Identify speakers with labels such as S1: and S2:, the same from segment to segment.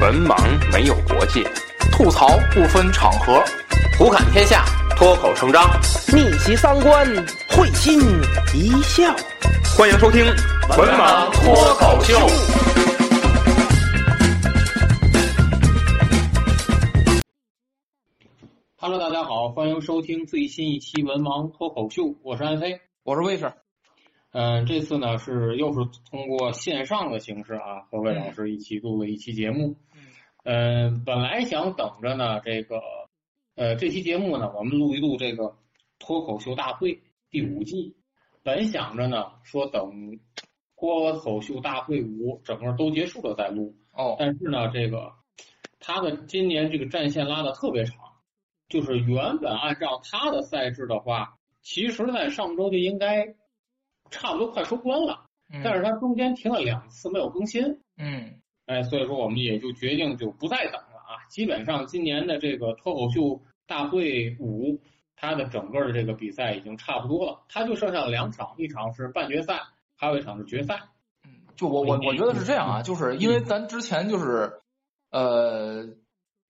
S1: 文盲没有国界，吐槽不分场合，胡侃天下，脱口成章。
S2: 逆袭三观，会心一笑。
S1: 欢迎收听《文盲脱口秀》。
S3: Hello，大家好，欢迎收听最新一期《文盲脱口秀》，我是安飞。
S4: 我是卫士，
S3: 嗯，这次呢是又是通过线上的形式啊，和魏老师一起录了一期节目。嗯，本来想等着呢，这个呃这期节目呢，我们录一录这个脱口秀大会第五季。本想着呢，说等脱口秀大会五整个都结束了再录，
S4: 哦，
S3: 但是呢，这个他的今年这个战线拉的特别长，就是原本按照他的赛制的话，其实在上周就应该差不多快收官了，
S4: 嗯
S3: 但是他中间停了两次没有更新，
S4: 嗯
S3: 哎，所以说我们也就决定就不再等了啊。基本上今年的这个脱口秀大会五，它的整个的这个比赛已经差不多了，它就剩下了两场，一场是半决赛，还有一场是决赛。
S4: 嗯就我我我觉得是这样
S3: 嗯
S4: 啊，就是因为咱之前就是呃，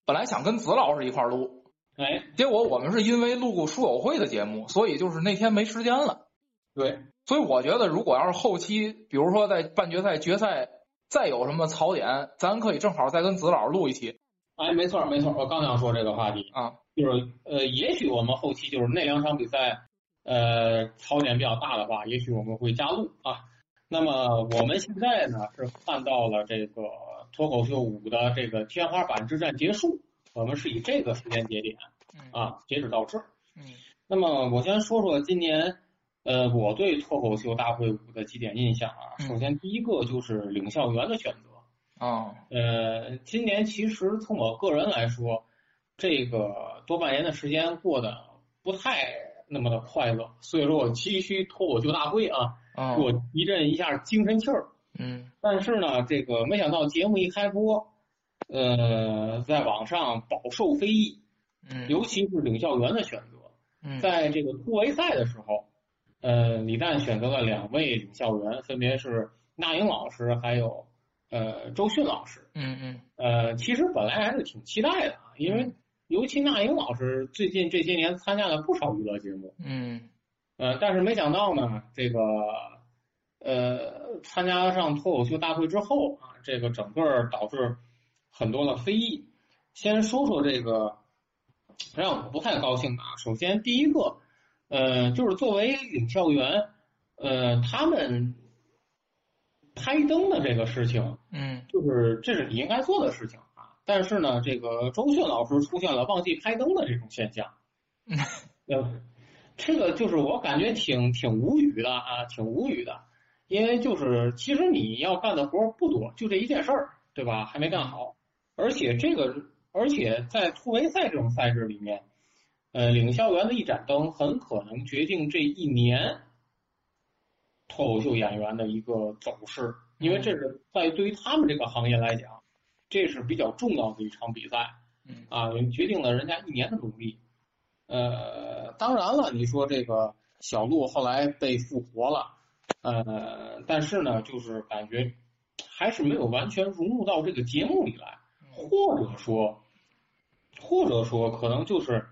S4: 本来想跟子老师一块儿录，
S3: 哎，
S4: 结果我们是因为录过书友会的节目，所以就是那天没时间了。
S3: 对，
S4: 所以我觉得，如果要是后期，比如说在半决赛、决赛再有什么槽点，咱可以正好再跟子老师录一期。
S3: 哎，没错儿没错儿，我刚想说这个话题
S4: 啊，
S3: 就是呃，也许我们后期就是那两场比赛，呃，槽点比较大的话，也许我们会加入啊。那么我们现在呢是看到了这个脱口秀五的这个天花板之战结束，我们是以这个时间节点
S4: 嗯
S3: 啊截止到这儿。
S4: 嗯
S3: 那么我先说说今年，呃，我对脱口秀大会五的几点印象啊。
S4: 嗯
S3: 首先第一个就是领笑员的选择，
S4: 哦
S3: 呃，今年其实从我个人来说，这个多半年的时间过得不太那么的快乐，所以说我急需脱口秀大会啊，给
S4: 哦
S3: 我提振一下精神气儿。
S4: 嗯
S3: 但是呢，这个没想到节目一开播，呃，在网上饱受非议，
S4: 嗯
S3: 尤其是领笑员的选择，
S4: 嗯
S3: 在这个突围赛的时候，呃，李诞选择了两位领笑员，分别是那英老师还有呃周迅老师。
S4: 嗯嗯
S3: 呃，其实本来还是挺期待的，啊，因为
S4: 嗯
S3: 尤其那英老师最近这些年参加了不少娱乐节目，
S4: 嗯
S3: 呃，但是没想到呢，这个呃参加上脱口秀大会之后啊，这个整个儿导致很多的非议。先说说这个让我不太高兴的啊，首先第一个，呃，就是作为领校员，呃，他们拍灯的这个事情。
S4: 嗯
S3: 就是这是你应该做的事情啊。但是呢，这个周迅老师出现了忘记开灯的这种现象，
S4: 嗯
S3: 呃，这个就是我感觉挺挺无语的啊，挺无语的，因为就是其实你要干的活儿不多，就这一件事儿，对吧？还没干好，而且这个而且在突围赛这种赛事里面，呃，领校园的一盏灯很可能决定这一年脱口秀演员的一个走势，因为这是在对于他们这个行业来讲，这是比较重要的一场比赛
S4: 嗯
S3: 啊，决定了人家一年的努力。呃，当然了，你说这个小鹿后来被复活了，呃，但是呢，就是感觉还是没有完全融入到这个节目里来，或者说，或者说可能就是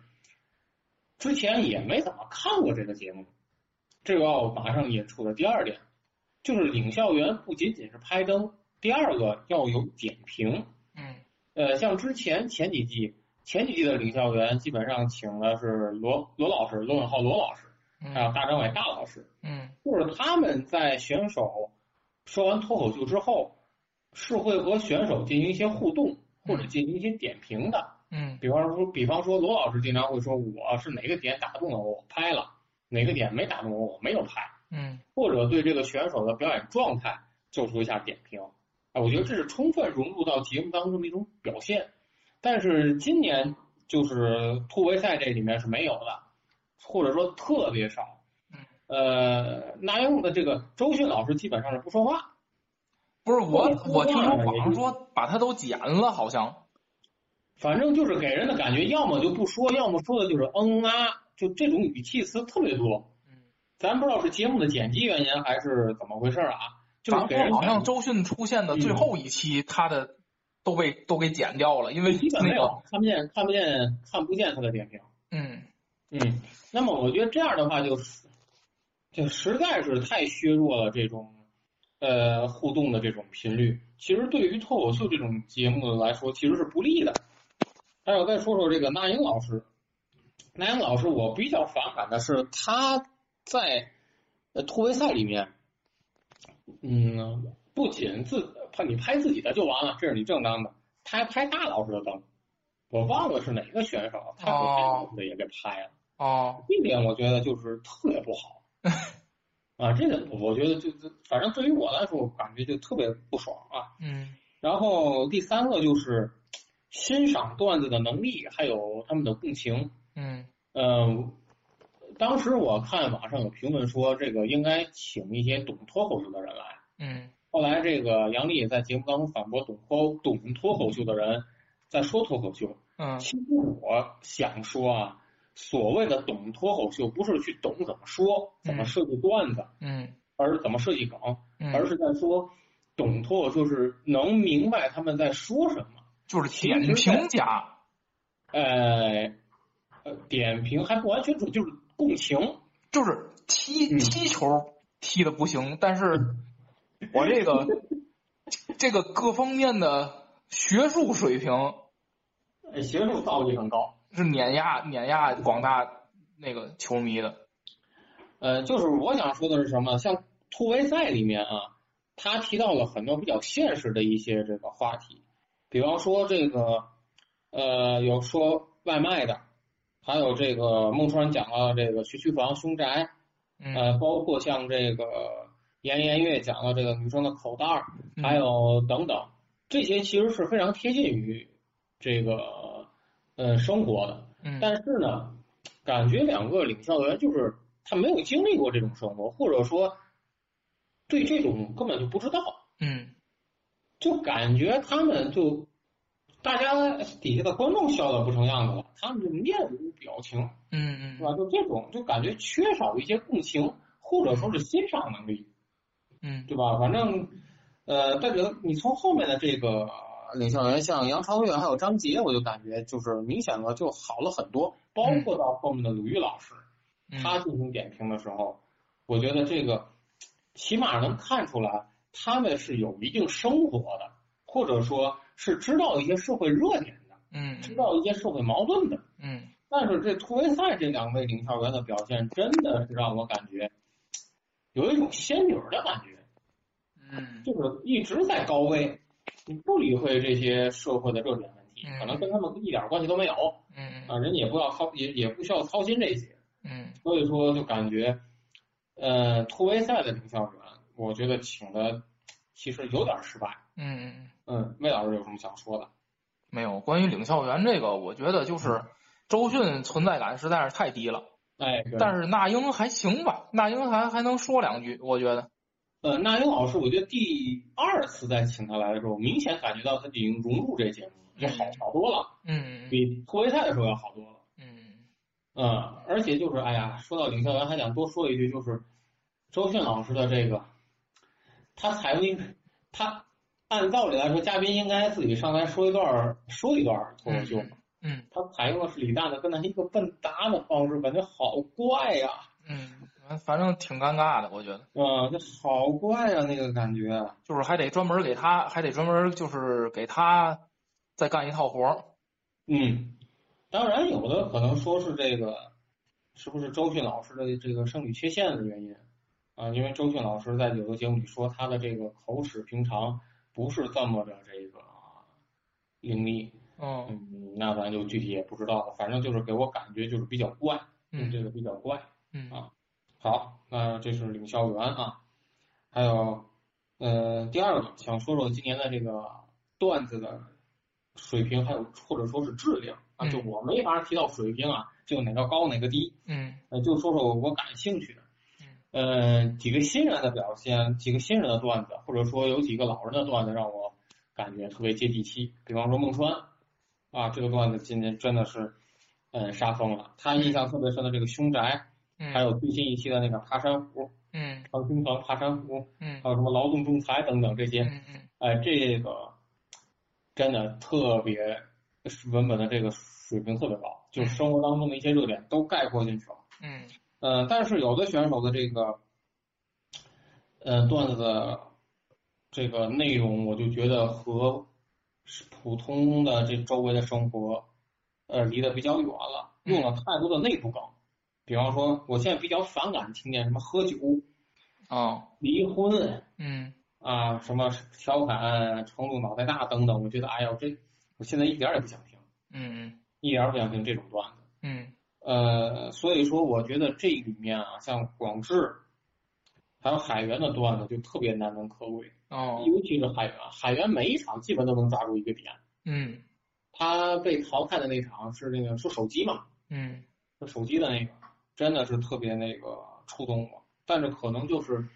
S3: 之前也没怎么看过这个节目。这个要马上引出的第二点，就是领校园不仅仅是拍灯，第二个要有点评。
S4: 嗯
S3: 呃，像之前前几季，前几季的领校园基本上请的是罗罗老师、罗永浩罗老师，还有
S4: 嗯
S3: 大张伟大老师，
S4: 嗯
S3: 就是他们在选手说完脱口秀之后，是会和选手进行一些互动或者进行一些点评的。
S4: 嗯
S3: 比方说，比方说罗老师经常会说我是哪个点打动了我，我拍了；哪个点没打动我，我没有拍。
S4: 嗯
S3: 或者对这个选手的表演状态做出一下点评。啊，我觉得这是充分融入到节目当中的一种表现。但是今年就是突围赛这里面是没有的，或者说特别少
S4: 嗯。
S3: 呃，那英的这个周迅老师基本上是不说话，
S4: 不是我，我听说网上说把它都剪了，好像。
S3: 反正就是给人的感觉，要么就不说，要么说的就是嗯啊，就这种语气词特别多。
S4: 嗯，
S3: 咱不知道是节目的剪辑原因还是怎么回事儿啊，就是嗯
S4: 咱
S3: 给
S4: 说
S3: 人
S4: 好
S3: 感觉
S4: 像周迅出现的最后一期，他的都被都给剪掉了，因为
S3: 基本没
S4: 那
S3: 有
S4: 个
S3: 看不见、看不见、看不见他的点评。
S4: 嗯
S3: 嗯，那么我觉得这样的话就是，就实在是太削弱了这种呃互动的这种频率。其实对于脱口秀这种节目来说，其实是不利的。还有再说说这个那英老师，那英老师，我比较反感的是他在呃突围赛里面，嗯，不仅自怕你拍自己的就完了，这是你正当的，他还拍大老师的灯，我忘了是哪个选手，他给大老师的也给拍了。
S4: 哦
S3: 这点我觉得就是特别不好。啊，这个我觉得就就，反正对于我来说，我感觉就特别不爽啊。
S4: 嗯
S3: 然后第三个就是欣赏段子的能力，还有他们的共情。
S4: 嗯
S3: 嗯，当时我看网上有评论说，这个应该请一些懂脱口秀的人来。
S4: 嗯
S3: 后来这个杨笠也在节目当中反驳懂脱懂脱口秀的人在说脱口秀，
S4: 嗯
S3: 其实我想说啊，所谓的懂脱口秀，不是去懂怎么说、怎么设计段子，
S4: 嗯
S3: 而怎么设计梗，
S4: 嗯，
S3: 而是在说懂脱口秀是能明白他们在说什么。
S4: 就是点评家，
S3: 呃，呃，点评还不完全准，就是共情。
S4: 就是踢
S3: 嗯
S4: 踢球踢的不行，但是我这 个这个各方面的学术水平
S3: 呃学术造诣很高。
S4: 是碾压碾压广大那个球迷的。
S3: 呃，就是我想说的是什么？像突围赛里面啊，他提到了很多比较现实的一些这个话题，比方说这个呃，有说外卖的，还有这个孟川讲了这个学区房、凶宅，
S4: 嗯
S3: 呃，包括像这个颜颜悦讲了这个女生的口袋儿，
S4: 嗯
S3: 还有等等，这些其实是非常贴近于这个呃生活的。
S4: 嗯
S3: 但是呢，感觉两个领校员就是他没有经历过这种生活，或者说对这种根本就不知道，
S4: 嗯
S3: 就感觉他们就大家底下的观众笑得不成样子了，他们就面无表情，
S4: 嗯
S3: 是
S4: 嗯
S3: 吧？就这种就感觉缺少一些共情，或者说是欣赏能力，
S4: 嗯
S3: 对吧？反正呃，但是你从后面的这个。领校员像杨超越还有张杰，我就感觉就是明显的就好了很多，包括到后面的鲁豫老师，
S4: 嗯，
S3: 他进行点评的时候，我觉得这个起码能看出来他们是有一定生活的，或者说是知道一些社会热点的，
S4: 嗯
S3: 知道一些社会矛盾的。
S4: 嗯
S3: 但是这突围赛这两位领校员的表现，真的是让我感觉有一种仙女儿的感觉，
S4: 嗯
S3: 就是一直在高位，你不理会这些社会的热点问题，
S4: 嗯
S3: 可能跟他们一点关系都没有
S4: 嗯
S3: 啊，人也不要操也也不需要操心这些。
S4: 嗯
S3: 所以说就感觉，呃，突围赛的领校员，我觉得请的其实有点失败。
S4: 嗯。
S3: 嗯，魏老师有什么想说的？
S4: 没有，关于领校员这个，我觉得就是周迅存在感实在是太低了，
S3: 哎，
S4: 但
S3: 是
S4: 是那英还行吧，那英还还能说两句，我觉得，
S3: 呃，那英老师，我觉得第二次再请他来的时候，明显感觉到他已经融入这节目了，就好好多了，
S4: 嗯
S3: 比突围赛的时候要好多了。
S4: 嗯
S3: 嗯，而且就是，哎呀，说到领校员，还想多说一句，就是周迅老师的这个，他采用一他按道理来说，嘉宾应该自己上台说一段儿说一段儿脱口秀嘛。
S4: 嗯
S3: 他采用的是李诞的跟他一个问答的方式，感觉好怪呀、
S4: 嗯，反反正挺尴尬的，我觉得，
S3: 嗯，这好怪呀、那个感觉。
S4: 就是还得专门给他，还得专门就是给他再干一套活儿，
S3: 嗯，当然有的可能说是这个是不是周迅老师的这个生理缺陷的原因啊？因为周迅老师在有的节目里说他的这个口齿平常不是这么的这个伶俐。
S4: 嗯
S3: 嗯，那咱就具体也不知道了，反正就是给我感觉就是比较怪，嗯，这
S4: 嗯
S3: 个比较怪。
S4: 嗯
S3: 好，那这是领校员啊，还有呃第二个想说说今年的这个段子的水平，还有或者说是质量啊，
S4: 嗯
S3: 就我没法提到水平啊，就哪个高哪个低，
S4: 嗯
S3: 呃，就说说我感兴趣的，呃几个新人的表现，几个新人的段子，或者说有几个老人的段子让我感觉特别接地气，比方说孟川啊，这个段子今年真的是嗯杀疯了，他印象特别深的这个凶宅。
S4: 嗯，
S3: 还有最新一期的那个爬山虎、
S4: 嗯
S3: 长青房爬山虎，
S4: 嗯
S3: 还有什么劳动仲裁等等这些，
S4: 嗯嗯
S3: 哎，这个真的特别文本的这个水平特别高，就是生活当中的一些热点都概括进去了。
S4: 嗯
S3: 呃，但是有的选手的这个，呃，段子的这个内容，我就觉得和是普通的这周围的生活，呃，离得比较远了，用了太多的内部梗。比方说，我现在比较反感听见什么喝酒、
S4: 哦
S3: 离婚
S4: 嗯
S3: 啊，什么调侃程度脑袋大等等，我觉得，哎呀，这我现在一点儿也不想听，
S4: 嗯
S3: 一点儿也不想听这种段子。
S4: 嗯嗯
S3: 呃，所以说我觉得这里面啊，像广智，还有海源的段子就特别难能可贵，
S4: 哦
S3: 尤其是海源，海源每一场基本都能抓住一个点。
S4: 嗯
S3: 他被淘汰的那场是那个说手机嘛，
S4: 嗯
S3: 说手机的那个，真的是特别那个触动我。但是可能就是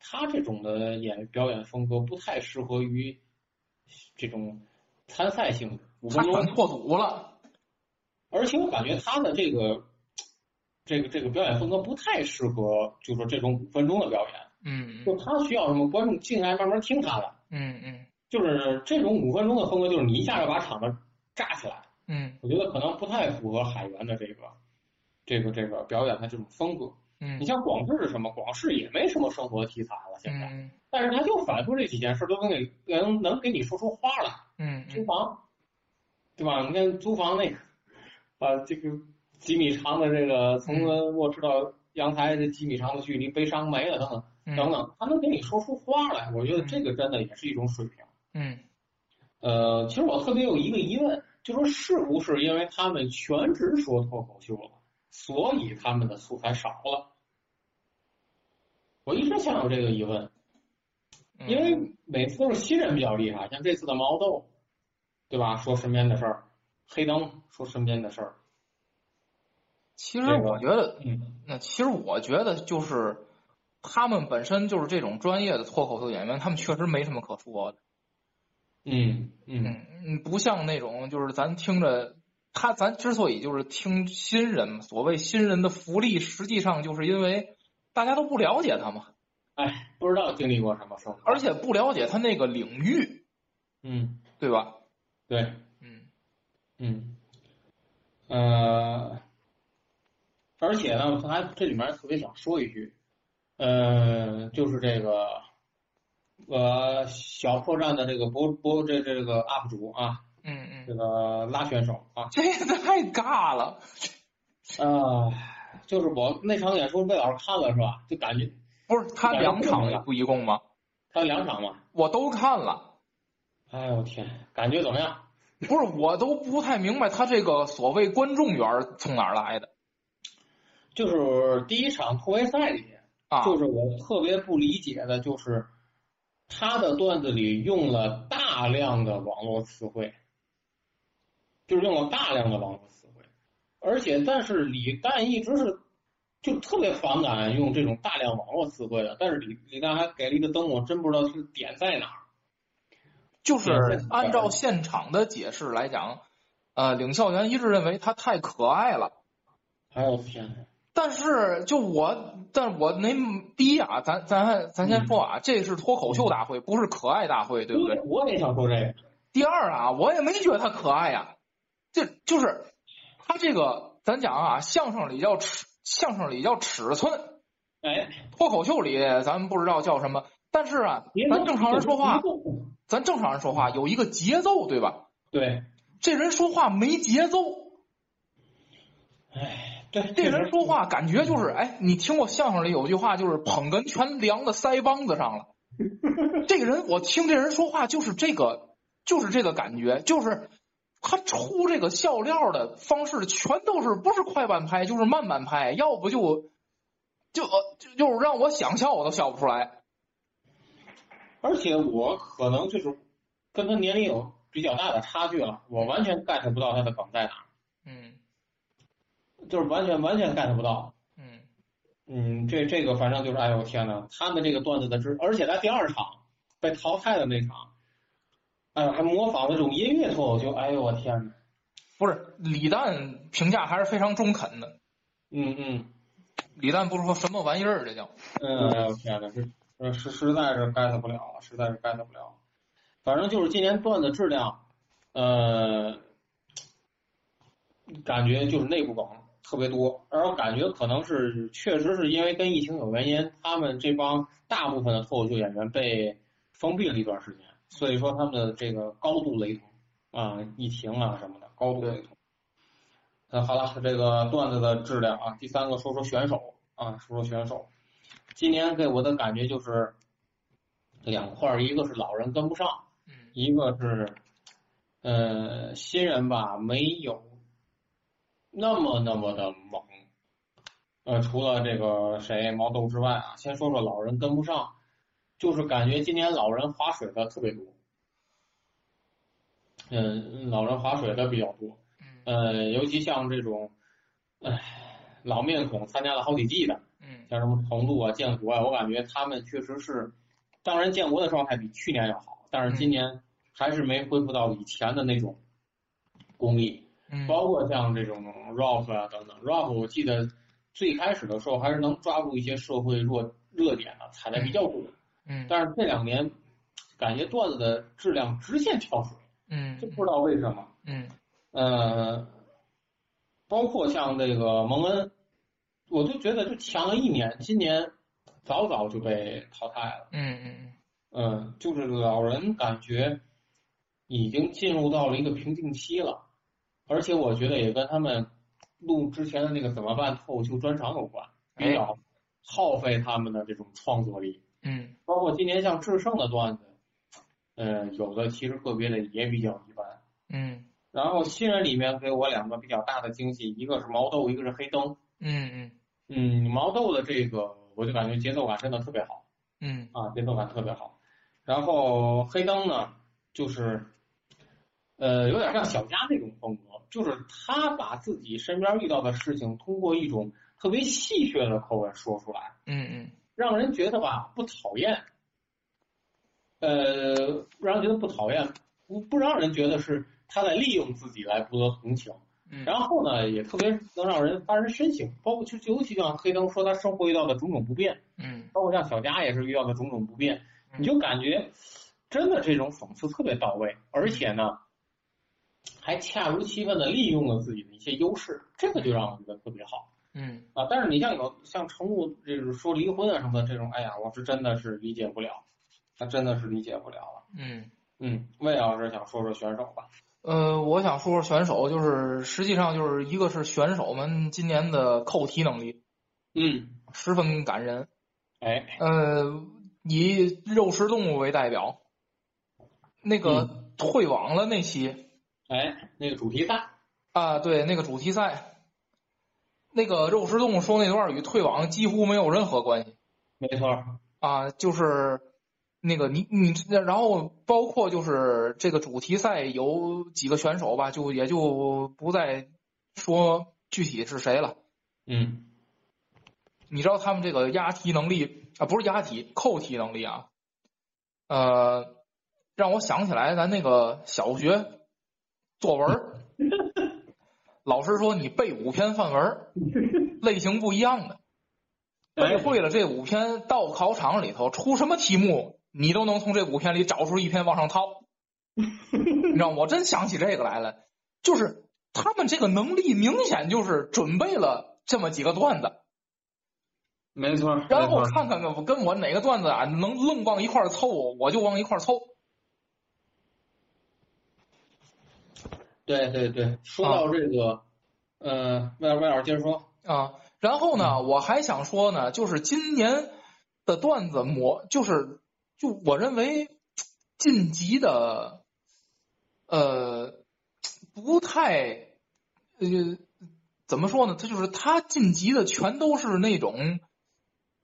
S3: 他这种的演表演风格不太适合于这种参赛性质，五
S4: 他
S3: 分钟
S4: 反错组了
S3: 而且我感觉他的这个这个这个表演风格不太适合，就说这种五分钟的表演，
S4: 嗯
S3: 就他需要什么观众进来慢慢听他的，
S4: 嗯嗯
S3: 就是这种五分钟的风格，就是你一下就把场子炸起来，
S4: 嗯
S3: 我觉得可能不太符合海源的这个这个这个表演的这种风格。
S4: 嗯
S3: 你像广智是什么？广智也没什么生活题材了，现在，
S4: 嗯
S3: 但是他就反复这几件事都能给能能给你说出花来。
S4: 嗯
S3: 租房，对吧？你看租房那个，把这个几米长的这个从
S4: 嗯
S3: 卧室到阳台这几米长的距离悲伤没了等等
S4: 嗯
S3: 等等，他能给你说出花来，我觉得这个真的也是一种水平。
S4: 嗯
S3: 呃，其实我特别有一个疑问，就说是不是因为他们全职说脱口秀了，所以他们的素材少了？我一直想有这个疑问，
S4: 嗯
S3: 因为每次都是新人比较厉害，像这次的毛豆，对吧？说身边的事儿，黑灯说身边的事儿，
S4: 其实我觉得
S3: 嗯，
S4: 那其实我觉得就是他们本身就是这种专业的脱口秀演员，他们确实没什么可说的。
S3: 嗯嗯
S4: 嗯，嗯不像那种就是咱听着他，咱之所以就是听新人嘛，所谓新人的福利，实际上就是因为大家都不了解他嘛，
S3: 哎，不知道经历过什么生活，
S4: 而且不了解他那个领域，
S3: 嗯，
S4: 对吧？
S3: 对，
S4: 嗯
S3: 嗯，呃，而且呢，我还这里面特别想说一句，呃，就是这个，呃，小破站的这个博博这这个 UP 主啊，
S4: 嗯嗯，
S3: 这个拉选手啊，
S4: 这也太尬了。
S3: 啊，就是我那场演出被老师看了是吧？就感觉
S4: 不是他两场不一共吗？
S3: 他有两场嘛，
S4: 我都看了，
S3: 哎呦我天，感觉怎么样？
S4: 不是我都不太明白他这个所谓观众缘儿从哪儿来的
S3: 就是第一场突围赛里，
S4: 啊？
S3: 就是我特别不理解的，就是他的段子里用了大量的网络词汇，就是用了大量的网络词汇，而且但是李诞一直是就特别反感用这种大量网络词汇的，但是李李诞还给了一个灯，我真不知道是点在哪儿。
S4: 就是按照现场的解释来讲，呃，领校园一致认为他太可爱了。
S3: 哎呦天，
S4: 但是就我，但我那第一啊，咱咱咱先说啊，这是脱口秀大会，不是可爱大会，对不对？
S3: 我也想说这个，
S4: 第二啊，我也没觉得他可爱呀、这就是他这个，咱讲啊，相声里叫尺，相声里叫尺寸，
S3: 哎，
S4: 脱口秀里咱们不知道叫什么，但是啊，
S3: 别
S4: 咱正常人说话，
S3: 别
S4: 咱正常人说话有一个节奏，对吧？
S3: 对，
S4: 这人说话没节奏。
S3: 哎，对，
S4: 这
S3: 确
S4: 人
S3: 实
S4: 说话感觉就是，哎，你听过相声里有句话，就是捧哏全凉到腮帮子上了。这个人，我听这人说话就是这个，就是这个感觉，就是他出这个笑料的方式全都是不是快板拍就是慢板拍，要不就就呃就就是让我想笑我都笑不出来。
S3: 而且我可能就是跟他年龄有比较大的差距了，我完全 get 不到他的梗在哪儿，
S4: 嗯
S3: 就是完全完全 get 不到。
S4: 嗯
S3: 嗯，这这个反正就是，哎呦天呐，他们这个段子的之，而且在第二场被淘汰的那场，哎呦还模仿那种音乐脱口秀，哎呦我天呐，
S4: 不是李诞评价还是非常中肯的。
S3: 嗯嗯。
S4: 李诞不是说什么玩意儿，这叫
S3: 嗯，哎呦天哪，这呃实实在是 get 不了，实在是 get 不了。反正就是今年段子质量呃，感觉就是内部梗特别多，而我感觉可能是确实是因为跟疫情有原因，他们这帮大部分的脱口秀演员被封闭了一段时间，所以说他们的这个高度雷同啊，疫情啊什么的高度雷同。嗯，好了，这个段子的质量啊，第三个说说选手啊，说说选手，今年给我的感觉就是两块儿，一个是老人跟不上，
S4: 嗯
S3: 一个是，呃，新人吧没有那么那么的猛，呃，除了这个谁毛豆之外啊，先说说老人跟不上，就是感觉今年老人划水的特别多，嗯，老人划水的比较多，
S4: 嗯
S3: 呃，尤其像这种，唉，老面孔参加了好几季的，
S4: 嗯
S3: 像什么程度啊、建国啊，我感觉他们确实是，当然建国的状态比去年要好，但
S4: 嗯
S3: 是今年还是没恢复到以前的那种功力，
S4: 嗯，
S3: 包括像这种 Ralph 啊等等，Ralph 我记得最开始的时候还是能抓住一些社会热热点的、踩的比较准，
S4: 嗯
S3: 但是这两年感觉段子的质量直线跳水，
S4: 嗯
S3: 就不知道为什么。
S4: 嗯
S3: 呃，包括像这个蒙恩，我都觉得就强了一年，今年早早就被淘汰了。
S4: 嗯嗯
S3: 嗯、就是老人感觉已经进入到了一个瓶颈期了，而且我觉得也跟他们录之前的那个怎么办脱口秀专场有关，比较耗费他们的这种创作力。
S4: 嗯
S3: 包括今年像制胜的段子，呃，有的其实个别的也比较一般。
S4: 嗯
S3: 然后新人里面给我两个比较大的惊喜，一个是毛豆，一个是黑灯。
S4: 嗯
S3: 嗯，毛豆的这个我就感觉节奏感真的特别好
S4: 嗯
S3: 啊，节奏感特别好。然后黑灯呢，就是呃有点像小佳那种风格，就是他把自己身边遇到的事情，通过一种特别戏谑的口吻说出来，
S4: 嗯
S3: 让人觉得吧不讨厌，呃，让人觉得不讨厌，不不让人觉得是他在利用自己来博得同情。
S4: 嗯，
S3: 然后呢，也特别能让人发人深省，包括就尤其像黑灯说他生活遇到的种种不便，
S4: 嗯
S3: 包括像小佳也是遇到的种种不便，
S4: 嗯
S3: 你就感觉真的这种讽刺特别到位，而且呢，还恰如其分的利用了自己的一些优势，这个就让我觉得特别好
S4: 嗯
S3: 啊。但是你像有像程璐就是说离婚啊什么的这种，哎呀，我是真的是理解不了，他真的是理解不了了。
S4: 嗯。
S3: 嗯，魏老师想说说选手吧？
S4: 呃，我想说说选手，就是实际上就是一个是选手们今年的扣题能力
S3: 嗯，
S4: 十分感人。
S3: 哎，
S4: 呃，以肉食动物为代表，那个退网了那期
S3: 哎，那个主题赛，
S4: 啊，对，那个主题赛，那个肉食动物说那段与退网几乎没有任何关系
S3: 没错儿，
S4: 啊，就是那个你你，然后包括就是这个主题赛有几个选手吧，就也就不再说具体是谁了。
S3: 嗯。
S4: 你知道他们这个押题能力啊，不是押题，扣题能力啊，呃，让我想起来咱那个小学作文儿，老师说你背五篇范文儿，类型不一样的， 背会了这五篇，到考场里头出什么题目，你都能从这五篇里找出一篇往上套。你知道吗，我真想起这个来了，就是他们这个能力明显就是准备了这么几个段子。
S3: 没错儿，
S4: 然后
S3: 没
S4: 我
S3: 错儿
S4: 看看我跟我哪个段子啊能愣往一块儿凑，我就往一块儿凑。
S3: 对对对，说到这个，呃，魏魏老师接着说，
S4: 啊，然后呢，我还想说呢，就是今年的段子模，就是就我认为晋级的，呃，不太，呃，怎么说呢？他就是他晋级的全都是那种，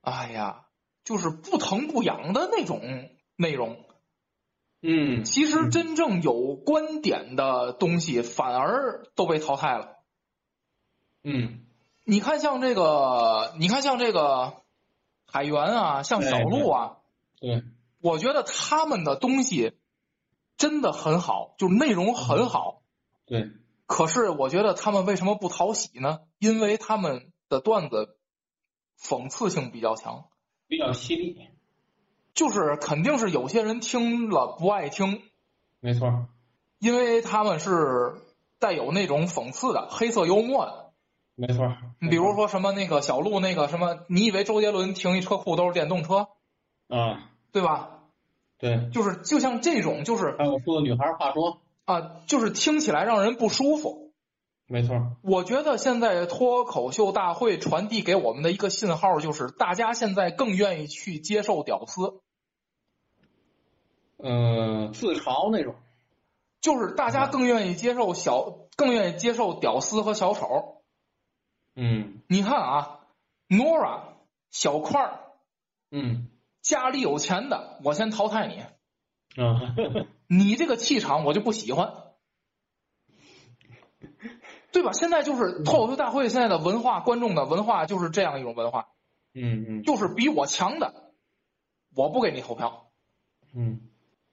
S4: 哎呀，就是不疼不痒的那种内容。
S3: 嗯，
S4: 其实真正有观点的东西反而都被淘汰了。
S3: 嗯，
S4: 你看像这个，你看像这个海源啊，像小鹿啊，
S3: 对，
S4: 我觉得他们的东西真的很好，就是内容很好。
S3: 对，
S4: 可是我觉得他们为什么不讨喜呢？因为他们的段子讽刺性比较强，
S3: 比较犀利，
S4: 就是肯定是有些人听了不爱听，
S3: 没错儿，
S4: 因为他们是带有那种讽刺的黑色幽默的。
S3: 没错儿。
S4: 你比如说什么那个小鹿那个什么，你以为周杰伦停一车库都是电动车，
S3: 啊，
S4: 对吧？
S3: 对，
S4: 就是就像这种，就是
S3: 还有说女孩儿化妆，
S4: 啊，就是听起来让人不舒服。
S3: 没错儿。
S4: 我觉得现在脱口秀大会传递给我们的一个信号就是，大家现在更愿意去接受屌丝，
S3: 嗯，自嘲那种。
S4: 就是大家更愿意接受小，更愿意接受屌丝和小丑。
S3: 嗯
S4: 你看啊，Nora、小块儿、
S3: 嗯
S4: 家里有钱的，我先淘汰你，
S3: 啊，
S4: 你这个气场我就不喜欢，对吧？现在就是脱口秀大会现在的文化，观众的文化就是这样一种文化，
S3: 嗯嗯
S4: 就是比我强的，我不给你投票。
S3: 嗯，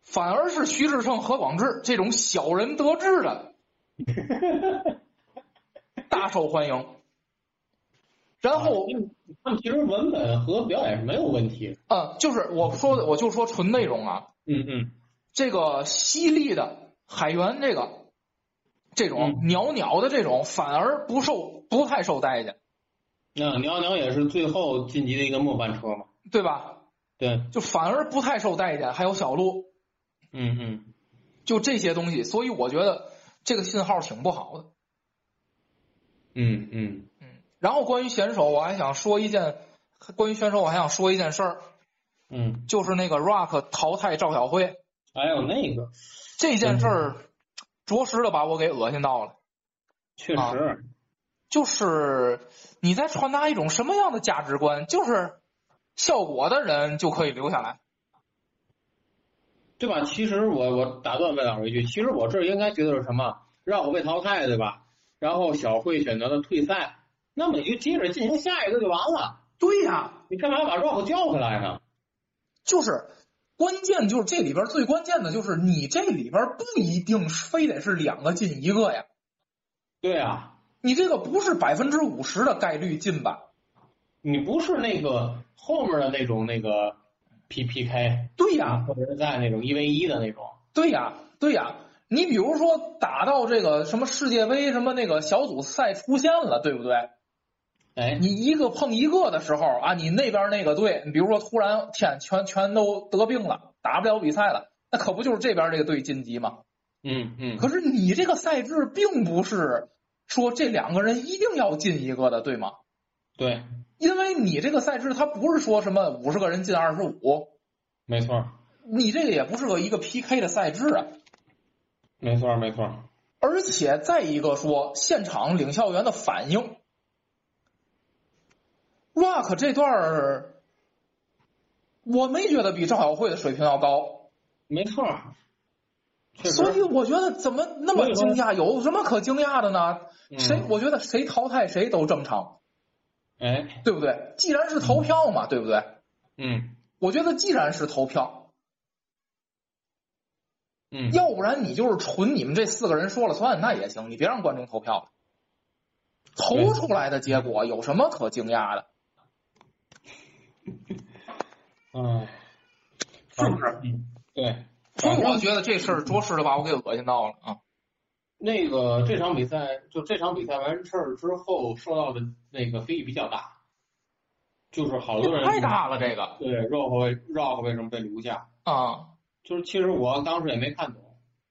S4: 反而是徐志胜、何广智这种小人得志的，大受欢迎。然后，
S3: 他们其实文本和表演是没有问题的。
S4: 呃，就是我说的，我就说纯内容啊，
S3: 嗯嗯
S4: 这个犀利的海源这个这种袅袅的这种，反而不受不太受待见，
S3: 那鸟鸟也是最后晋级的一个末班车嘛。
S4: 对吧？
S3: 对，
S4: 就反而不太受待见。还有小鹿，
S3: 嗯嗯
S4: 就这些东西，所以我觉得这个信号挺不好的。
S3: 嗯嗯
S4: 嗯，然后关于选手，我还想说一件，关于选手，我还想说一件事儿，
S3: 嗯，
S4: 就是那个 Rock 淘汰赵晓辉
S3: 还有哎那个，
S4: 这件事儿，着实的把我给恶心到了。
S3: 确
S4: 啊
S3: 实，
S4: 就是你在传达一种什么样的价值观？就是效果的人就可以留下来。
S3: 对吧？其实我我打断魏老师一句，其实我这儿应该觉得是什么？让我被淘汰，对吧？然后小慧选择了退赛，那么你就接着进行下一个就完了，
S4: 对呀、
S3: 你干嘛把 Rock 叫回来呢？
S4: 就是关键就是这里边最关键的就是你这里边不一定是非得是两个进一个呀，
S3: 对啊，
S4: 你这个不是百分之五十的概率进吧？
S3: 你不是那个后面的那种那个 P P K
S4: 对呀、
S3: 或者是在那种一 v 一的那种，
S4: 对呀，对呀，你比如说打到这个什么世界杯什么那个小组赛出现了，对不对？
S3: 哎，
S4: 你一个碰一个的时候啊，你那边那个队，你比如说突然天全全都得病了，打不了比赛了，那可不就是这边这个队晋级吗？
S3: 嗯嗯，
S4: 可是你这个赛制并不是说这两个人一定要进一个的，对吗？
S3: 对，
S4: 因为你这个赛制它不是说什么五十个人进二十五，
S3: 没错儿，
S4: 你这个也不是个一个 PK 的赛制啊。
S3: 没错儿，没错儿，
S4: 而且再一个说，现场领校园的反应，Rock 这段儿我没觉得比赵晓慧的水平要高，
S3: 没错儿，确实
S4: 所以我觉得怎么那么惊讶？有什么可惊讶的呢？
S3: 嗯
S4: 谁？我觉得谁淘汰谁都正常，
S3: 哎，
S4: 对不对？既然是投票嘛，对不对？
S3: 嗯
S4: 我觉得既然是投票，
S3: 嗯，
S4: 要不然你就是纯你们这四个人说了算，那也行，你别让观众投票了。投出来的结果有什么可惊讶的？
S3: 嗯，
S4: 是不是？
S3: 嗯，对，
S4: 所以我觉得这事儿着实的把我给恶心到了啊！
S3: 那个这场比赛，就这场比赛完事儿之后，受到的那个非议比较大，就是好多人
S4: 太大了，这个
S3: 对 Rock 为 Rock 为什么被留下？
S4: 啊，
S3: 就是其实我当时也没看懂，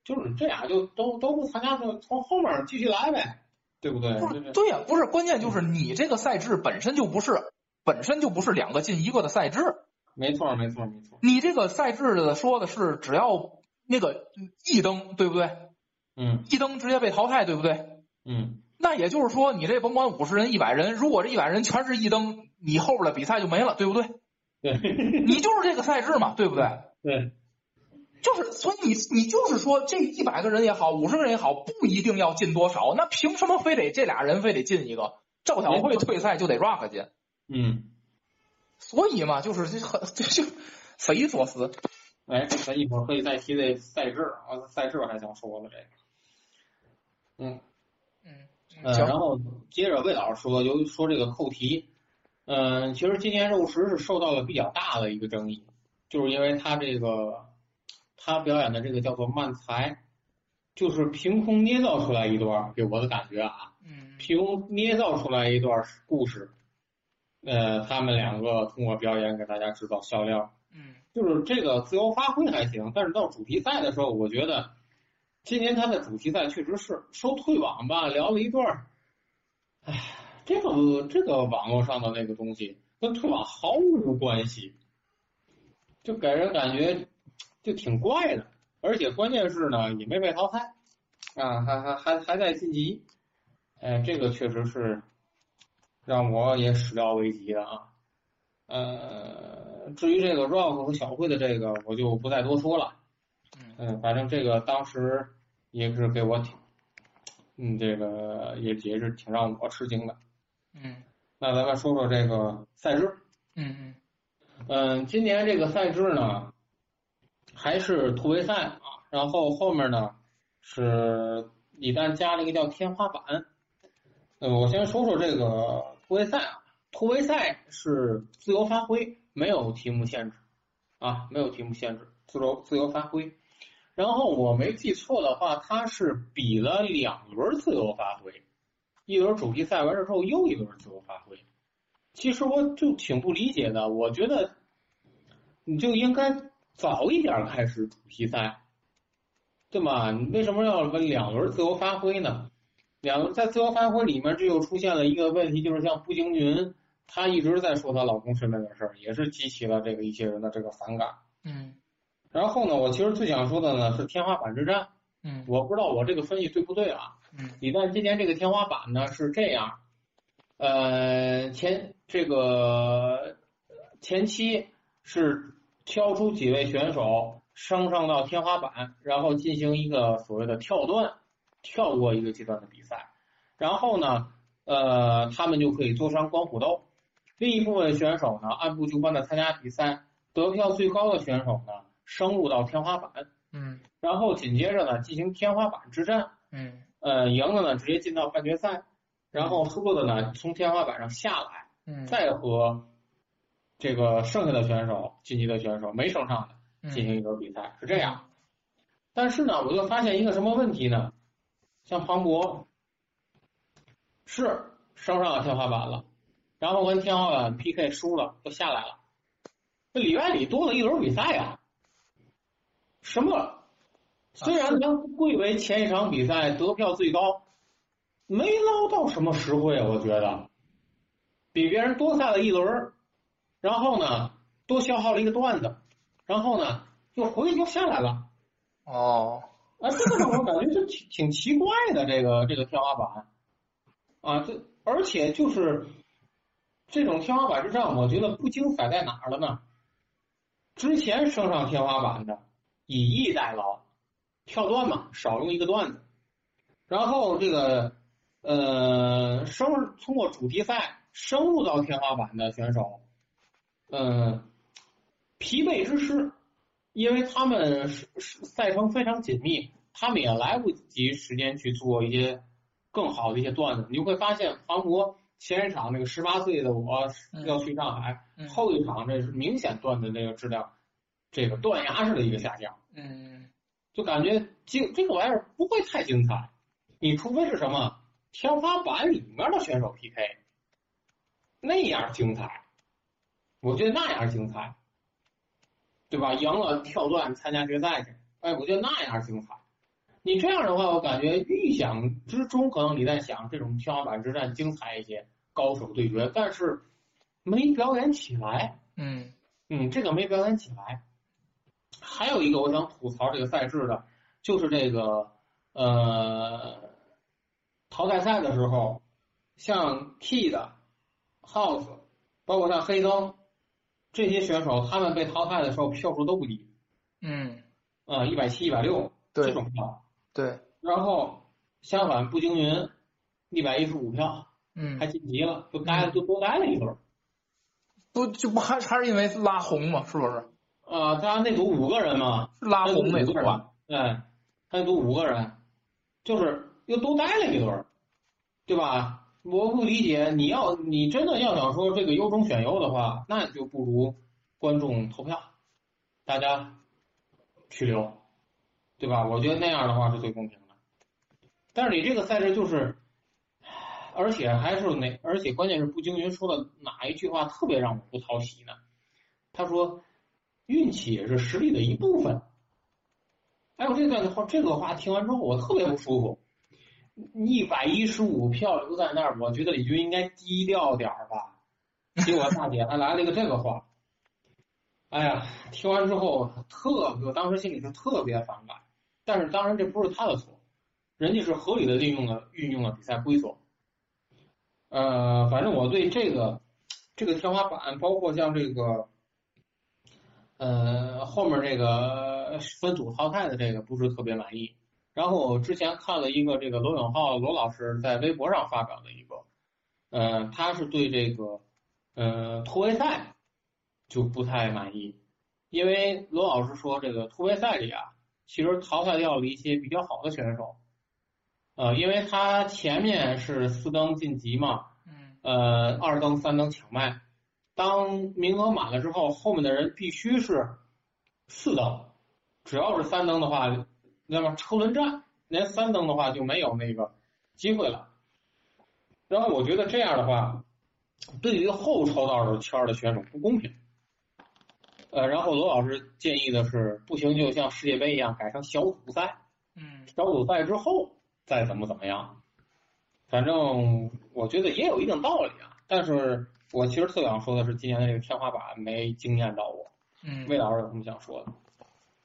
S3: 就是这俩就都都不参加，就从后面继续来呗，对不对？
S4: 不
S3: 对
S4: 是对呀、不是关键就是你这个赛制本身就不是本身就不是两个进一个的赛制，
S3: 没错，没错，没错。
S4: 你这个赛制的说的是只要那个一登对不对？
S3: 嗯
S4: 一登直接被淘汰对不对？
S3: 嗯，
S4: 那也就是说你这甭管五十人一百人，如果这一百人全是一登，你后边的比赛就没了对不对？
S3: 对
S4: 你就是这个赛制嘛对不对？
S3: 对，
S4: 就是，所以你你就是说，这一百个人也好，五十个人也好，不一定要进多少，那凭什么非得这俩人非得进一个？赵晓慧退赛就得 Rock 进，
S3: 嗯，
S4: 所以嘛，就是这很这就匪夷所思。
S3: 哎，咱一会儿可以再提这赛制啊，赛制我还想说了这个。嗯，嗯，
S4: 行，
S3: 然后接着魏老师说，由于说这个扣题，嗯、其实今年肉食是受到了比较大的一个争议，就是因为他这个他表演的这个叫做慢才，就是凭空捏造出来一段儿，给我的感觉啊，
S4: 嗯
S3: 凭空捏造出来一段儿故事，呃，他们两个通过表演给大家制造笑料，
S4: 嗯
S3: 就是这个自由发挥还行，但是到主题赛的时候，我觉得今年他的主题赛确实是收退网吧聊了一段儿，哎，这个这个网络上的那个东西跟退网毫无关系，就给人感觉就挺怪的，而且关键是呢也没被淘汰啊，还还还还在晋级，哎，这个确实是让我也始料未及的啊。呃，至于这个 Rock 和小慧的这个，我就不再多说了。
S4: 嗯
S3: 嗯，反正这个当时也是给我挺，嗯，这个也也是挺让我吃惊的。
S4: 嗯
S3: 那咱们说说这个赛制，
S4: 嗯嗯
S3: 嗯，今年这个赛制呢，还是突围赛啊，然后后面呢是李诞加了一个叫天花板。呃，我先说说这个突围赛啊，突围赛是自由发挥，没有题目限制啊，没有题目限制，自由自由发挥。然后我没记错的话，它是比了两轮自由发挥，一轮主题赛完事之后又一轮自由发挥。其实我就挺不理解的，我觉得你就应该早一点开始主题赛，对吗？你为什么要两轮自由发挥呢？两轮在自由发挥里面，这又出现了一个问题，就是像步惊云，她一直在说她老公身边的事儿，也是激起了这个一些人的这个反感。
S4: 嗯
S3: 然后呢，我其实最想说的呢是天花板之战，
S4: 嗯
S3: 我不知道我这个分析对不对啊？
S4: 嗯
S3: 李诞今年这个天花板呢是这样，呃，前这个前期是挑出几位选手升上到天花板，然后进行一个所谓的跳段，跳过一个阶段的比赛，然后呢，呃，他们就可以坐上光虎斗。另一部分选手呢，按部就班的参加比赛，得票最高的选手呢，升入到天花板，
S4: 嗯
S3: 然后紧接着呢，进行天花板之战。
S4: 嗯
S3: 呃，赢的呢直接进到半决赛，然后输的呢从天花板上下来，
S4: 嗯，
S3: 再和这个剩下的选手、晋级的选手没升上的
S4: 嗯
S3: 进行一轮比赛，是这样。但是呢，我就发现一个什么问题呢？像庞博是升上了天花板了，然后跟天花板 PK 输了，又下来了，这里外里多了一轮比赛呀、什么？虽然他贵为前一场比赛得票最高，没捞到什么实惠啊，我觉得比别人多赛了一轮儿，然后呢多消耗了一个段子，然后呢又回去又下来了，
S4: 哦，
S3: 啊，这个让我感觉就挺挺奇怪的，这个这个天花板，啊，这而且就是这种天花板之战，我觉得不精彩在哪儿了呢？之前升上天花板的以逸待劳，跳段嘛，少用一个段子，然后这个呃升通过主题赛升入到天花板的选手，嗯、疲惫之师，因为他们是是赛程非常紧密，他们也来不及时间去做一些更好的一些段子。你就会发现，韩国前一场那个十八岁的我
S4: 嗯
S3: 要去上海，
S4: 嗯
S3: 后一场这是明显段子这个质量，这个断崖式的一个下降，
S4: 嗯
S3: 就感觉精这个玩意儿不会太精彩。你除非是什么天花板里面的选手 PK，那样精彩，我觉得那样精彩，对吧？赢了跳段参加决赛去，哎，我觉得那样精彩。你这样的话，我感觉预想之中，可能你在想这种天花板之战精彩一些，高手对决，但是没表演起来。
S4: 嗯
S3: 嗯，这个没表演起来。还有一个我想吐槽这个赛制的，就是这个呃淘汰赛的时候，像 Kid、House，包括像黑灯这些选手，他们被淘汰的时候票数都不低，
S4: 嗯，
S3: 呃，一百七、一百六这
S4: 对
S3: 种票。
S4: 对，
S3: 然后相反，步惊云一百一十五票
S4: 嗯
S3: 还，晋级了，就待了就多待了一轮儿。
S4: 不就不还还是因为拉红嘛，是不是？
S3: 啊、他那组五个人嘛，
S4: 拉
S3: 他
S4: 红那
S3: 那
S4: 组
S3: 组
S4: 啊，
S3: 哎，他那组五个人，就是又都待了一轮儿，对吧？我不理解，你要你真的要想说这个优中选优的话，那就不如观众投票，大家去留，对吧？我觉得那样的话是最公平的。但是你这个赛制就是，而且还是哪，而且关键是步惊云说的哪一句话特别让我不讨喜呢？他说：“运气也是实力的一部分。”哎，我这段话这个话听完之后，我特别不舒服。一百一十五票留在那儿，我觉得李军应该低调点儿吧。结果大姐还来了一个这个话，哎呀，听完之后特别，我当时心里是特别反感。但是当然这不是他的错，人家是合理的利用了运用了比赛规则。呃，反正我对这个这个天花板，包括像这个呃后面这个分组淘汰的这个不是特别满意。然后我之前看了一个这个罗永浩罗老师在微博上发表的一个，呃，他是对这个呃突围赛就不太满意，因为罗老师说这个突围赛里啊，其实淘汰掉了一些比较好的选手，呃，因为他前面是四登晋级嘛，
S4: 嗯
S3: 呃，二登、三登抢麦。当名额满了之后，后面的人必须是四登，只要是三登的话，那么车轮战，连三登的话就没有那个机会了。然后我觉得这样的话，对于后抽到的圈儿的选手不公平。呃，然后罗老师建议的是，不行就像世界杯一样改成小组赛，
S4: 嗯
S3: 小组赛之后再怎么怎么样，反正我觉得也有一定道理啊。但是我其实特想说的是，今年的这个天花板没惊艳到我。
S4: 嗯
S3: 魏老师有什么想说的？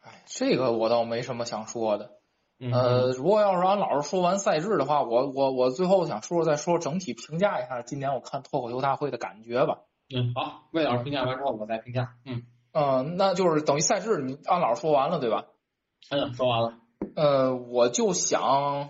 S4: 哎，这个我倒没什么想说的。
S3: 嗯，
S4: 呃，如果要是按老师说完赛制的话，我我我最后想说再说整体评价一下今年我看脱口秀大会的感觉吧。
S3: 嗯，好，魏老师评价完之后，我再评价。嗯
S4: 嗯、那就是等于赛制你按老师说完了对吧？
S3: 嗯，说完了。
S4: 呃，我就想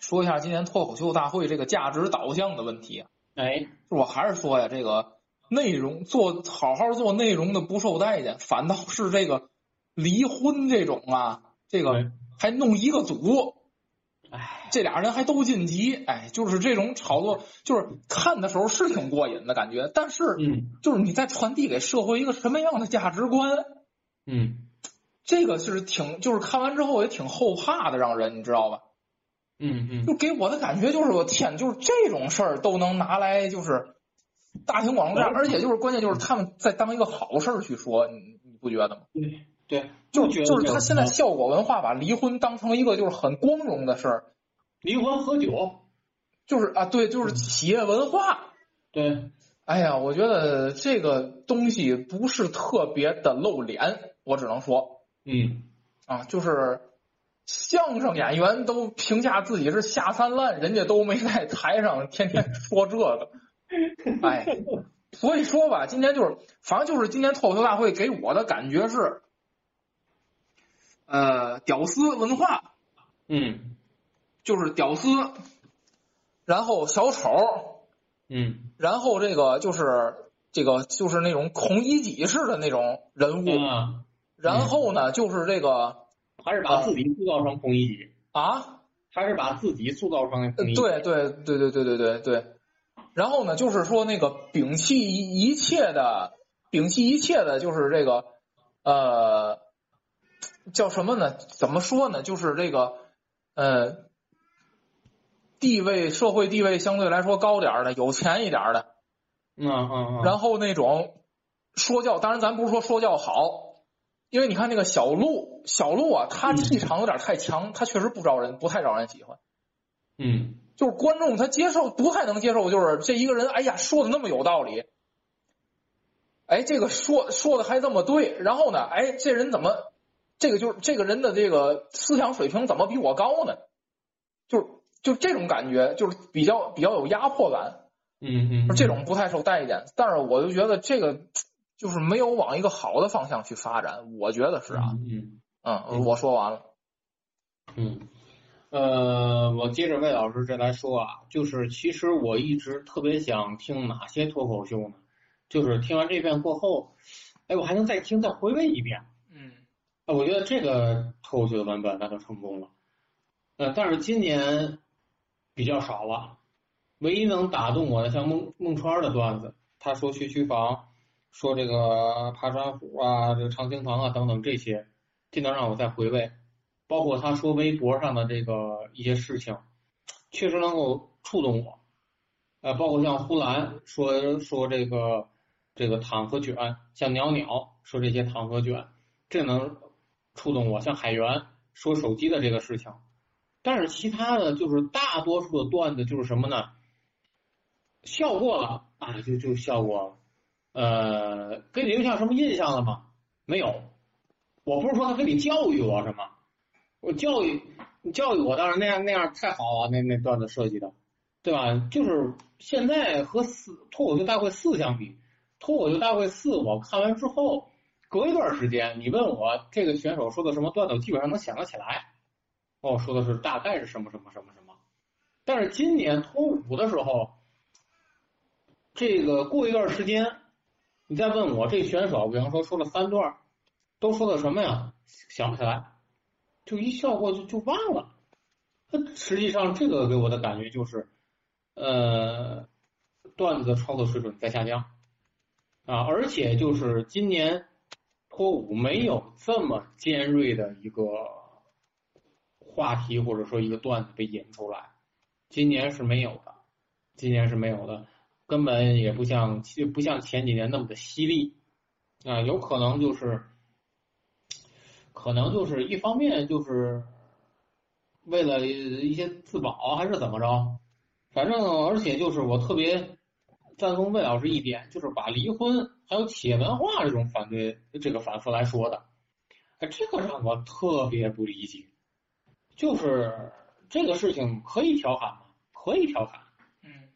S4: 说一下今年脱口秀大会这个价值导向的问题啊。
S3: 哎，
S4: 就我还是说呀，这个内容做好好做内容的不受待见，反倒是这个离婚这种啊，这
S3: 对
S4: 个还弄一个组，
S3: 哎，
S4: 这俩人还都晋级，哎，就是这种炒作，就是看的时候是挺过瘾的感觉，但是
S3: 嗯
S4: 就是你在传递给社会一个什么样的价值观，
S3: 嗯
S4: 这个是挺就是看完之后也挺后怕的，让人你知道吧？
S3: 嗯嗯
S4: 就给我的感觉就是，我天，就是这种事儿都能拿来就是大庭广众之下，而且就是关键就是他们在当一个好事儿去说，你你不觉得吗？
S3: 对对，
S4: 就
S3: 觉得嗯
S4: 就是
S3: 这
S4: 他
S3: 个
S4: 现在效果文化把离婚当成一个就是很光荣的事儿，
S3: 离婚喝酒，
S4: 就是啊，对，就是企业文化。
S3: 对，
S4: 哎呀，我觉得这个东西不是特别的露脸，我只能说
S3: 嗯
S4: 啊，就是相声演员都评价自己是下三滥，人家都没在台上天天说这个，哎， 所以说吧，今天就是，反正就是今天脱口秀大会给我的感觉是，呃，屌丝文化
S3: 嗯
S4: 就是屌丝，然后小丑，
S3: 嗯
S4: 然后这个就是这个就是那种孔乙己式的那种人物，
S3: 啊，
S4: 然后呢就是这个
S3: 还是把自己塑造成红衣级，
S4: 啊，
S3: 还是把自己塑造成
S4: 呃
S3: 红衣级。
S4: 对对对对对对对对，然后呢就是说那个摒弃一一切的，摒弃一切的，就是这个呃叫什么呢？怎么说呢？就是这个呃地位社会地位相对来说高点儿的，有钱一点儿的，
S3: 嗯嗯嗯，
S4: 然后那种说教，当然咱不是说说教好，因为你看那个小鹿，小鹿啊，他气场有点太强，他确实不招人，不太招人喜欢。
S3: 嗯
S4: 就是观众他接受不太能接受，就是这一个人，哎呀，说的那么有道理，哎，这个说说的还这么对，然后呢，哎，这人怎么，这个就是这个人的这个思想水平怎么比我高呢？就是就这种感觉，就是比较比较有压迫感。
S3: 嗯嗯，
S4: 这种不太受待见。但是我就觉得这个就是没有往一个好的方向去发展，我觉得是啊。
S3: 嗯嗯。
S4: 嗯，我说完了。
S3: 嗯，呃，我接着魏老师这来说啊，就是其实我一直特别想听哪些脱口秀呢？就是听完这遍过后，哎，我还能再听再回味一遍。
S4: 嗯
S3: 啊，我觉得这个脱口秀的版本那就成功了。呃，但是今年比较少了，唯一能打动我的像孟孟川的段子，他说学区房，说这个爬山虎啊，这个长青堂啊等等这些，这能让我再回味。包括他说微博上的这个一些事情，确实能够触动我。呃，包括像呼兰说说这个这个躺和卷，像袅袅说这些躺和卷，这能触动我。像海源说手机的这个事情，但是其他的就是大多数的段子就是什么呢？笑过了啊，就就笑过了。呃，给你留下什么印象了吗？没有。我不是说他非得教育我什么，我教育你教育我，当然那样那样太好啊，那那段子设计的，对吧？就是现在和四脱口秀大会四相比，脱口秀大会四我看完之后，隔一段时间你问我这个选手说的什么段子，我基本上能想得起来。哦，说的是大概是什么什么什么什么，但是今年脱五的时候，这个过一段时间，你再问我这选手，比方说说了三段，都说的什么呀？想不起来，就一笑过就就忘了。那实际上这个给我的感觉就是，呃，段子的创作水准在下降啊，而且就是今年脱五没有这么尖锐的一个话题或者说一个段子被引出来，今年是没有的，今年是没有的，根本也不像不像前几年那么的犀利啊，有可能就是。可能就是一方面就是为了一些自保啊还是怎么着，反正而且就是我特别赞同魏老师一点，就是把离婚还有企业文化这种反对这个反复来说的，哎，这个让我特别不理解，就是这个事情可以调侃吗？可以调侃
S4: 嗯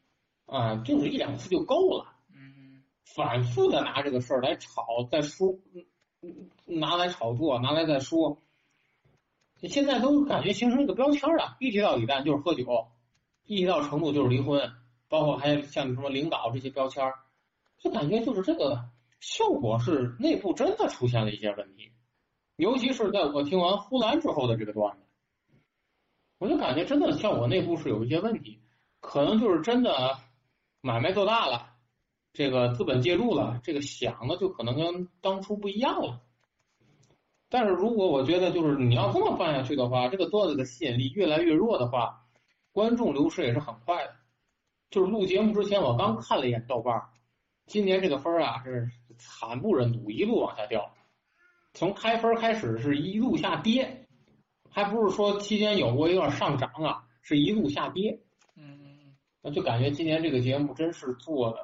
S3: 啊、就是一两次就够了。
S4: 嗯
S3: 反复的拿这个事儿来炒，再说，嗯拿来炒作，拿来再说。现在都感觉形成一个标签儿了，一提到李诞就是喝酒，一提到程度就是离婚，包括还有像什么领导这些标签儿，就感觉就是这个效果是内部真的出现了一些问题，尤其是在我听完呼兰之后的这个段子，我就感觉真的效果内部是有一些问题，可能就是真的买卖做大了。这个资本介入了，这个想的就可能跟当初不一样了。但是如果我觉得就是你要这么办下去的话，这个段子的吸引力越来越弱的话，观众流失也是很快的。就是录节目之前，我刚看了一眼豆瓣儿，今年这个分儿啊是惨不忍睹，一路往下掉。从开分儿开始是一路下跌，还不是说期间有过一段上涨啊，是一路下跌。
S4: 嗯
S3: 那就感觉今年这个节目真是做的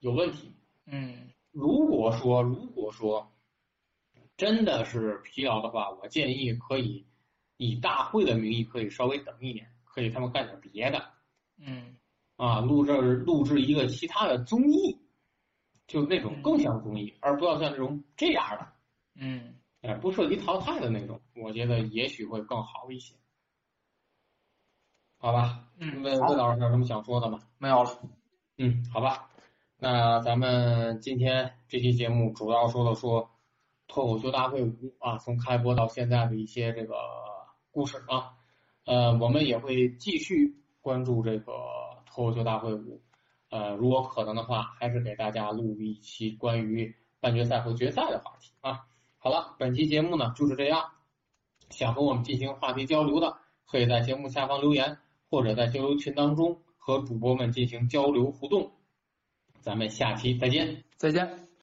S3: 有问题。
S4: 嗯
S3: 如果说如果说真的是疲劳的话，我建议可以以大会的名义，可以稍微等一年，可以他们干点别的
S4: 嗯
S3: 啊，录制录制一个其他的综艺，就那种更像综艺，而不要像这种这样的，
S4: 嗯。
S3: 哎，不涉及淘汰的那种，我觉得也许会更好一些。好吧，
S4: 嗯
S3: 魏
S4: 好
S3: 魏老师有什么想说的吗？
S4: 没有了。
S3: 嗯，好吧，那咱们今天这期节目主要说了说脱口秀大会五啊，从开播到现在的一些这个故事啊，呃，我们也会继续关注这个脱口秀大会五，呃，如果可能的话，还是给大家录一期关于半决赛和决赛的话题啊。好了，本期节目呢就是这样，想和我们进行话题交流的，可以在节目下方留言。或者在交流群当中和主播们进行交流互动。咱们下期再见。
S4: 再见。